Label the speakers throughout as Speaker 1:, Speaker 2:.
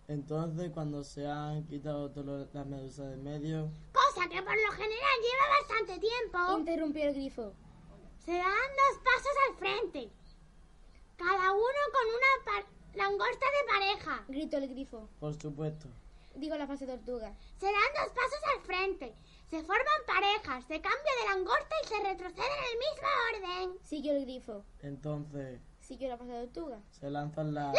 Speaker 1: Entonces cuando se han quitado todas las medusas de medio,
Speaker 2: Cosa que por lo general lleva bastante tiempo.
Speaker 3: Interrumpió el grifo.
Speaker 2: Se dan dos pasos al frente. Cada uno con una par- langosta de pareja.
Speaker 3: Gritó el grifo.
Speaker 1: por supuesto,
Speaker 3: Dijo la falsa tortuga.
Speaker 2: Se dan dos pasos al frente. Se forman parejas, se cambia de langosta y se retrocede en el mismo orden.
Speaker 3: Siguió el grifo.
Speaker 1: entonces
Speaker 3: Siguió la falsa tortuga.
Speaker 1: se lanzan las...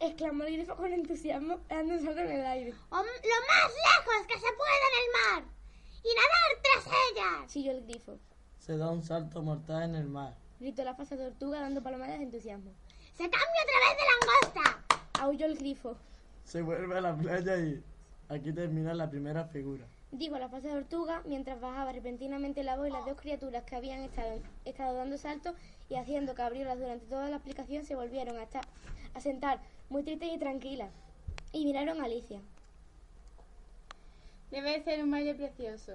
Speaker 3: Exclamó el grifo con entusiasmo, dando un salto en el aire.
Speaker 2: O m- lo más lejos que se pueda en el mar. Y nadar tras ellas.
Speaker 3: Siguió el grifo.
Speaker 1: Se da un salto mortal en el mar.
Speaker 3: Gritó la falsa tortuga, dando palomadas de entusiasmo.
Speaker 2: Se cambia otra vez de langosta.
Speaker 3: Aulló el grifo.
Speaker 1: Se vuelve a la playa y aquí termina la primera figura.
Speaker 3: Dijo la falsa tortuga mientras bajaba repentinamente la voz y las dos criaturas que habían estado, estado dando saltos y haciendo cabriolas durante toda la explicación se volvieron a, esta- a sentar muy tristes y tranquilas. Y miraron a Alicia.
Speaker 4: Debe ser un baile precioso.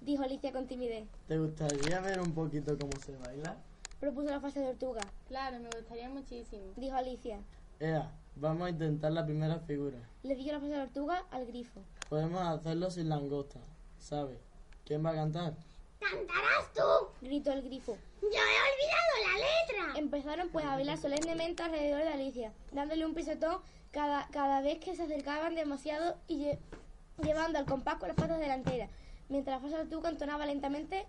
Speaker 3: Dijo Alicia con timidez.
Speaker 1: ¿Te gustaría ver un poquito cómo se baila?
Speaker 3: Propuso la falsa tortuga.
Speaker 4: Claro, me gustaría muchísimo.
Speaker 3: Dijo Alicia.
Speaker 1: Ea, vamos a intentar la primera figura.
Speaker 3: Le dijo la falsa tortuga al grifo.
Speaker 1: Podemos hacerlo sin langosta, ¿sabes? ¿Quién va a cantar?
Speaker 2: ¿Cantarás tú?
Speaker 3: Gritó el grifo.
Speaker 2: Yo he olvidado la letra.
Speaker 3: Empezaron pues a bailar solemnemente alrededor de Alicia, dándole un pisotón cada, cada vez que se acercaban demasiado y lle- llevando al compás con las patas delanteras, mientras la falsa tortuga entonaba lentamente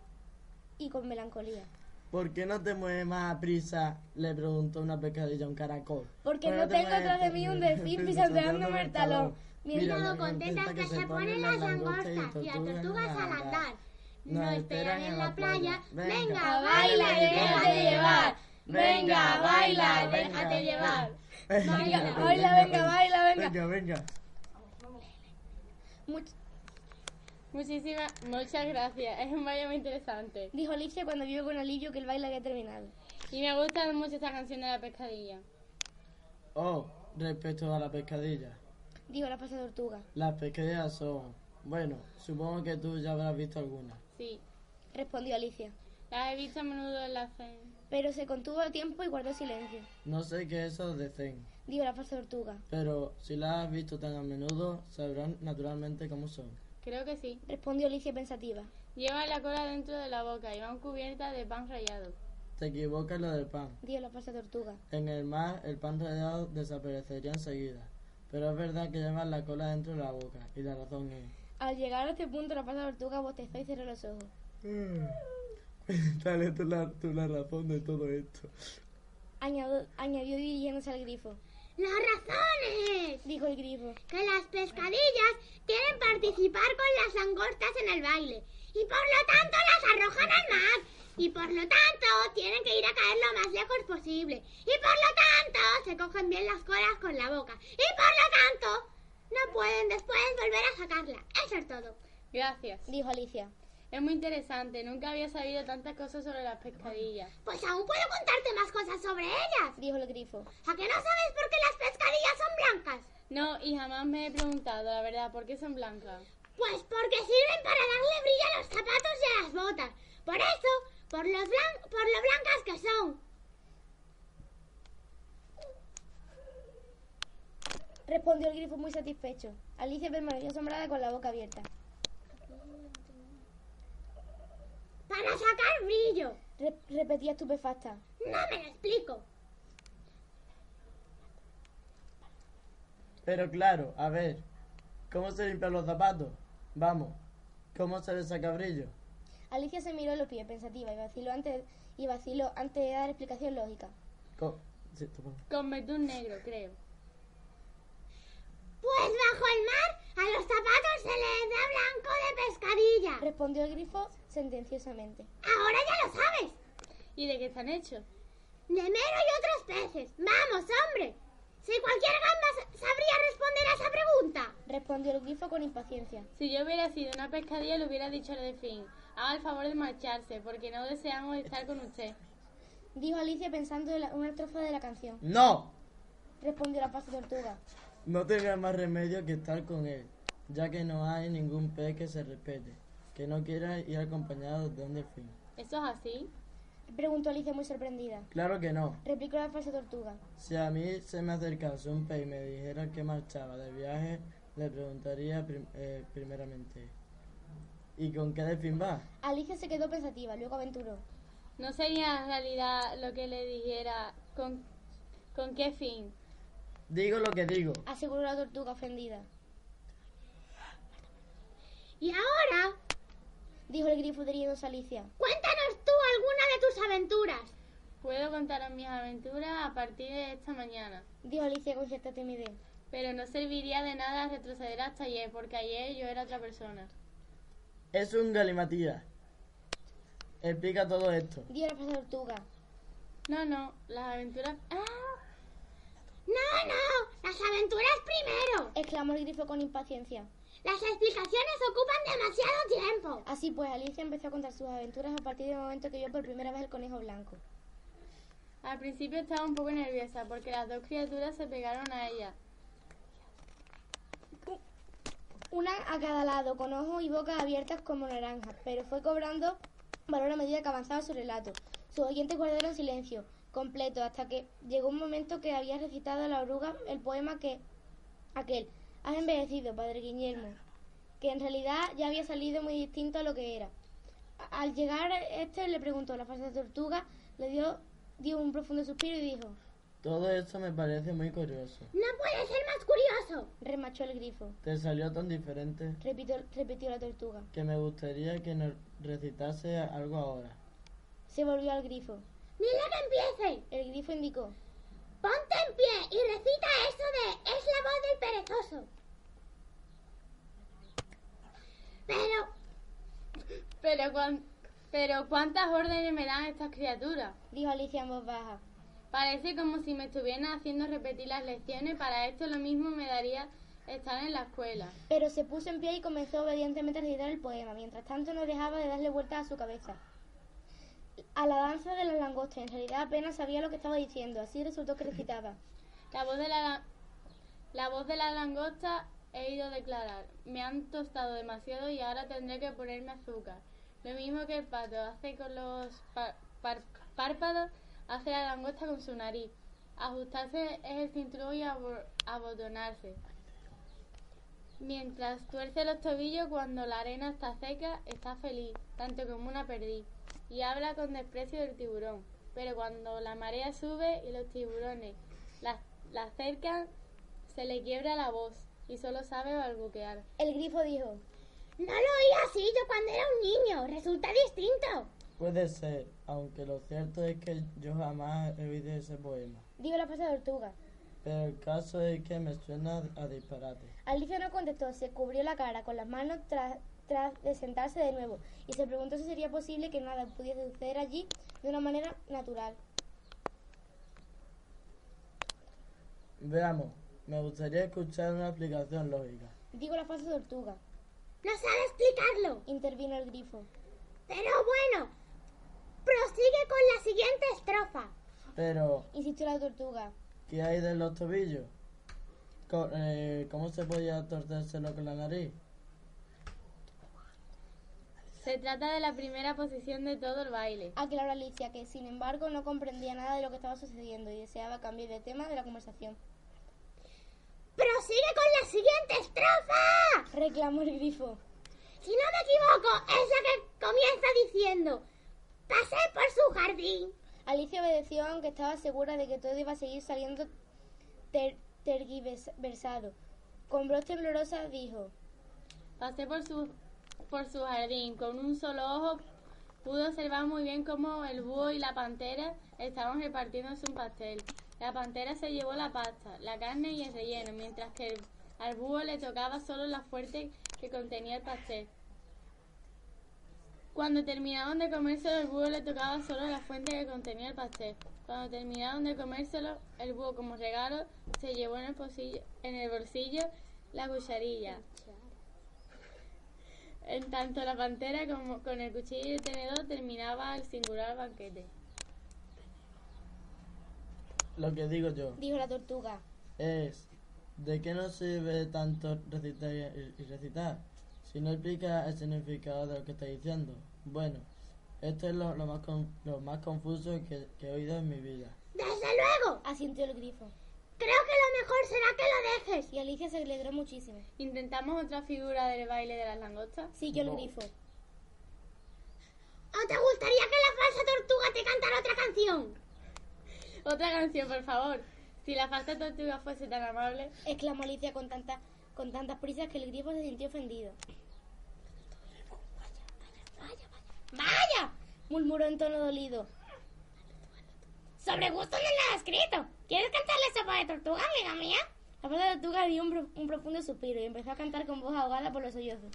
Speaker 3: y con melancolía.
Speaker 1: ¿Por qué no te mueves más a prisa? Le preguntó una pescadilla a un caracol.
Speaker 3: Porque
Speaker 1: ¿Por qué
Speaker 3: no tengo
Speaker 1: mueves
Speaker 3: tras de mí un
Speaker 1: más?
Speaker 3: delfín pisoteándome el talón.
Speaker 2: Mira
Speaker 3: Mira
Speaker 2: lo contentas que se ponen las langostas y las tortugas al andar. No esperan en la playa. Venga, eh, baila y déjate llevar.
Speaker 4: Venga, baila, déjate llevar.
Speaker 3: Venga, baila, venga, baila, venga.
Speaker 1: Venga, venga.
Speaker 3: Much-
Speaker 4: Muchísimas, muchas gracias. Es un baile muy interesante.
Speaker 3: dijo Alicia cuando vio con alivio que el baile había terminado.
Speaker 4: Y me gusta mucho esta canción de la pescadilla.
Speaker 1: Oh, respecto a la pescadilla.
Speaker 3: Dijo la falsa tortuga.
Speaker 1: Las pesquerías son. Bueno, supongo que tú ya habrás visto algunas.
Speaker 4: Sí.
Speaker 3: Respondió Alicia.
Speaker 4: Las he visto a menudo en la cena.
Speaker 3: Pero se contuvo a tiempo y guardó silencio.
Speaker 1: No sé qué es eso de Zen,
Speaker 3: Dijo la falsa tortuga.
Speaker 1: pero si las has visto tan a menudo, sabrán naturalmente cómo son.
Speaker 4: Creo que sí.
Speaker 3: Respondió Alicia pensativa.
Speaker 4: Lleva la cola dentro de la boca y van cubiertas de pan rallado.
Speaker 1: Te equivocas lo del pan.
Speaker 3: Dijo la falsa tortuga.
Speaker 1: En el mar, el pan rallado desaparecería enseguida. Pero es verdad que llevan la cola dentro de la boca, y la razón es.
Speaker 3: Al llegar a este punto, la falsa tortuga bostezó y cerró los ojos.
Speaker 1: Dale tú la, tú la razón de todo esto.
Speaker 3: Añado- añadió dirigiéndose al grifo.
Speaker 2: La razón es
Speaker 3: Dijo el grifo.
Speaker 2: que las pescadillas quieren participar con las langostas en el baile y por lo tanto las arrojan al mar y por lo tanto tienen que ir a caer lo más lejos posible y por lo tanto se cogen bien las colas con la boca y por lo tanto no pueden después volver a sacarla. Eso es todo.
Speaker 4: Gracias.
Speaker 3: Dijo Alicia.
Speaker 4: Es muy interesante. Nunca había sabido tantas cosas sobre las pescadillas.
Speaker 2: Pues aún puedo contarte más cosas sobre ellas.
Speaker 3: Dijo el grifo.
Speaker 2: ¿A que no sabes por qué las pescadillas son blancas?
Speaker 4: No, y jamás me he preguntado, la verdad, por qué son blancas.
Speaker 2: Pues porque sirven para darle brillo a los zapatos y a las botas. Por eso, por, los blan- por lo blancas que son.
Speaker 3: respondió el grifo muy satisfecho. Alicia permaneció asombrada con la boca abierta.
Speaker 2: Para sacar brillo.
Speaker 3: Re- repetía estupefacta.
Speaker 2: No me lo explico.
Speaker 1: Pero claro, a ver, ¿cómo se limpian los zapatos? Vamos, ¿cómo se les saca brillo?
Speaker 3: Alicia se miró los pies pensativa y vaciló antes, y vaciló antes de dar explicación lógica.
Speaker 1: Co- sí, tú pon-
Speaker 4: Con betún negro, creo.
Speaker 2: Pues bajo el mar a los zapatos se les da blanco de pescadilla.
Speaker 3: Respondió el grifo sentenciosamente.
Speaker 2: Ahora ya lo sabes.
Speaker 4: ¿Y de qué están hechos?
Speaker 2: De mero y otros peces. Vamos, hombre. Si cualquier gamba sa- sabría responder a esa pregunta.
Speaker 3: Respondió el grifo con impaciencia.
Speaker 4: Si yo hubiera sido una pescadilla, le hubiera dicho al delfín, haga el favor de marcharse, porque no deseamos estar con usted.
Speaker 3: Dijo Alicia pensando en la- una estrofa de la canción.
Speaker 1: ¡No!
Speaker 3: Respondió la paz tortuga.
Speaker 1: No tenía más remedio que estar con él, ya que no hay ningún pez que se respete, que no quiera ir acompañado de un delfín.
Speaker 4: ¿Eso es así?
Speaker 3: Preguntó Alicia muy sorprendida.
Speaker 1: Claro que no.
Speaker 3: Replicó la falsa tortuga.
Speaker 1: Si a mí se me acercase un pez y me dijera que marchaba de viaje, le preguntaría prim- eh, primeramente, ¿y con qué delfín va?
Speaker 3: Alicia se quedó pensativa, luego aventuró.
Speaker 4: ¿No sería en realidad lo que le dijera con, con qué fin?
Speaker 1: Digo lo que digo.
Speaker 3: Aseguró la tortuga ofendida.
Speaker 2: Y ahora,
Speaker 3: Dijo el grifo dirigiéndose a Alicia.
Speaker 2: cuéntanos tú alguna de tus aventuras.
Speaker 4: Puedo contaros mis aventuras a partir de esta mañana,
Speaker 3: Dijo Alicia con cierta timidez.
Speaker 4: pero no serviría de nada retroceder hasta ayer, porque ayer yo era otra persona.
Speaker 1: Es un galimatía. Explica todo esto.
Speaker 3: Dijo la falsa tortuga.
Speaker 4: No, no, las aventuras... ¡Ah!
Speaker 2: No, no, las aventuras primero.
Speaker 3: Exclamó el grifo con impaciencia.
Speaker 2: Las explicaciones ocupan demasiado tiempo.
Speaker 3: Así pues, Alicia empezó a contar sus aventuras a partir del momento que vio por primera vez el conejo blanco.
Speaker 4: Al principio estaba un poco nerviosa porque las dos criaturas se pegaron a ella.
Speaker 3: Una a cada lado, con ojos y bocas abiertas como naranjas, pero fue cobrando valor a medida que avanzaba su relato. Sus oyentes guardaron silencio completo hasta que llegó un momento que había recitado a la oruga el poema que aquel has envejecido, padre Guillermo, que en realidad ya había salido muy distinto a lo que era. A- Al llegar este le preguntó a la falsa tortuga, le dio, dio un profundo suspiro y dijo,
Speaker 1: Todo esto me parece muy curioso.
Speaker 2: No puede ser más curioso.
Speaker 3: remachó el grifo,
Speaker 1: Te salió tan diferente
Speaker 3: repitió, repitió la tortuga.
Speaker 1: que me gustaría que nos recitase algo ahora.
Speaker 3: Se volvió al grifo.
Speaker 2: Dile que empiece.
Speaker 3: El grifo indicó.
Speaker 2: Ponte en pie y recita eso de es la voz del perezoso. Pero,
Speaker 4: Pero, cuan- pero ¿cuántas órdenes me dan estas criaturas?
Speaker 3: dijo Alicia en voz baja.
Speaker 4: Parece como si me estuvieran haciendo repetir las lecciones, para esto lo mismo me daría estar en la escuela.
Speaker 3: Pero se puso en pie y comenzó obedientemente a recitar el poema. Mientras tanto, no dejaba de darle vueltas a su cabeza. A la danza de las langostas. En realidad apenas sabía lo que estaba diciendo. Así resultó que recitaba.
Speaker 4: La voz de la, la voz de la langosta he ido a declarar. Me han tostado demasiado y ahora tendré que ponerme azúcar. Lo mismo que el pato hace con los pa- par- párpados, hace la langosta con su nariz. Ajustarse es el cinturón y abo- abotonarse. Mientras tuerce los tobillos cuando la arena está seca, está feliz, tanto como una perdiz, y habla con desprecio del tiburón. Pero cuando la marea sube y los tiburones la, la acercan, se le quiebra la voz y solo sabe balbuquear.
Speaker 3: El grifo dijo.
Speaker 2: no lo oía así yo cuando era un niño. Resulta distinto.
Speaker 1: Puede ser, aunque lo cierto es que yo jamás he oído ese poema.
Speaker 3: Dijo la falsa tortuga.
Speaker 1: Pero el caso es que me suena a disparate.
Speaker 3: Alicia no contestó. Se cubrió la cara con las manos tras tras de sentarse de nuevo y se preguntó si sería posible que nada pudiese suceder allí de una manera natural.
Speaker 1: Veamos, me gustaría escuchar una explicación lógica.
Speaker 3: Digo la falsa tortuga.
Speaker 2: No sabe explicarlo.
Speaker 3: Intervino el grifo.
Speaker 2: Pero bueno, prosigue con la siguiente estrofa.
Speaker 1: Pero,
Speaker 3: Insistió la tortuga.
Speaker 1: ¿qué hay de los tobillos? Co- eh, ¿Cómo se podía torcérselo con la nariz?
Speaker 4: Se trata de la primera posición de todo el baile.
Speaker 3: Aclaró Alicia, que sin embargo no comprendía nada de lo que estaba sucediendo y deseaba cambiar de tema de la conversación.
Speaker 2: estrofa!
Speaker 3: Reclamó el grifo.
Speaker 2: Si no me equivoco, es la que comienza diciendo: Pasé por su jardín.
Speaker 3: Alicia obedeció aunque estaba segura de que todo iba a seguir saliendo ter- tergiversado. Con voz temblorosa dijo,
Speaker 4: Pasé por su, por su jardín. Con un solo ojo pude observar muy bien cómo el búho y la pantera estaban repartiéndose un pastel. La pantera se llevó la pasta, la carne y el relleno, mientras que el- al búho le tocaba solo la fuerte que contenía el pastel. Cuando terminaron de comérselo, el búho le tocaba solo la fuente que contenía el pastel. Cuando terminaron de comérselo, el búho como regalo se llevó en el, bolsillo, en el bolsillo la cucharilla. En tanto la pantera como con el cuchillo y el tenedor terminaba el singular banquete.
Speaker 1: Lo que digo yo
Speaker 3: dijo la tortuga.
Speaker 1: es, ¿de qué nos sirve tanto recitar y, y recitar? Si no explica el significado de lo que está diciendo. Bueno, esto es lo, lo más, con- lo más confuso que, que he oído en mi vida.
Speaker 2: Desde luego,
Speaker 3: Asintió el grifo.
Speaker 2: creo que lo mejor será que lo dejes.
Speaker 3: Y Alicia se alegró muchísimo.
Speaker 4: Intentamos otra figura del baile de las langostas.
Speaker 3: Siguió
Speaker 1: No.
Speaker 3: el grifo.
Speaker 2: ¿O te gustaría que la falsa tortuga te cantara otra canción?
Speaker 4: Otra canción, por favor. Si la falsa tortuga fuese tan amable.
Speaker 3: Exclamó Alicia con, tanta, con tantas prisas que el grifo se sintió ofendido. ¡Vaya! Murmuró en tono dolido.
Speaker 2: Sobre gusto no nada escrito. ¿Quieres cantarle sopa de tortuga, amiga mía?
Speaker 3: La falsa tortuga dio un, pro- un profundo suspiro y empezó a cantar con voz ahogada por los sollozos.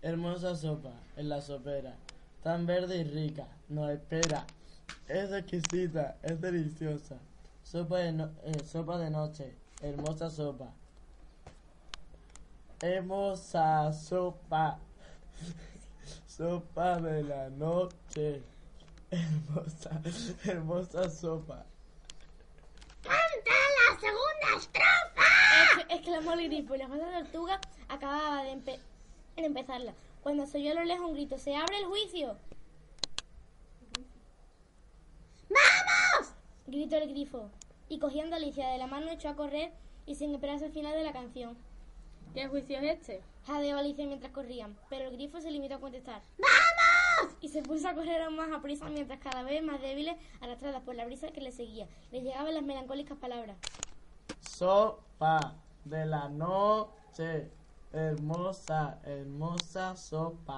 Speaker 1: Hermosa sopa en la sopera, tan verde y rica, nos espera. Es exquisita, es deliciosa. Sopa de, no- eh, sopa de noche, hermosa sopa. Hermosa sopa. Sopa de la noche. Hermosa, hermosa sopa.
Speaker 2: ¡Canta la segunda estrofa!
Speaker 3: Exc- Exclamó el grifo y la falsa tortuga acababa de, empe- de empezarla. Cuando se oyó a lo lejos un grito, ¡se abre el juicio!
Speaker 2: ¡Vamos!
Speaker 3: Gritó el grifo. Y cogiendo a Alicia de la mano echó a correr y sin esperarse al final de la canción.
Speaker 4: ¿Qué juicio es este?
Speaker 3: Jadeó Alicia mientras corrían, pero el grifo se limitó a contestar.
Speaker 2: ¡Vamos!
Speaker 3: Y se puso a correr aún más a prisa mientras cada vez más débiles, arrastradas por la brisa que le seguía, les llegaban las melancólicas palabras.
Speaker 1: Sopa de la noche, hermosa, hermosa sopa.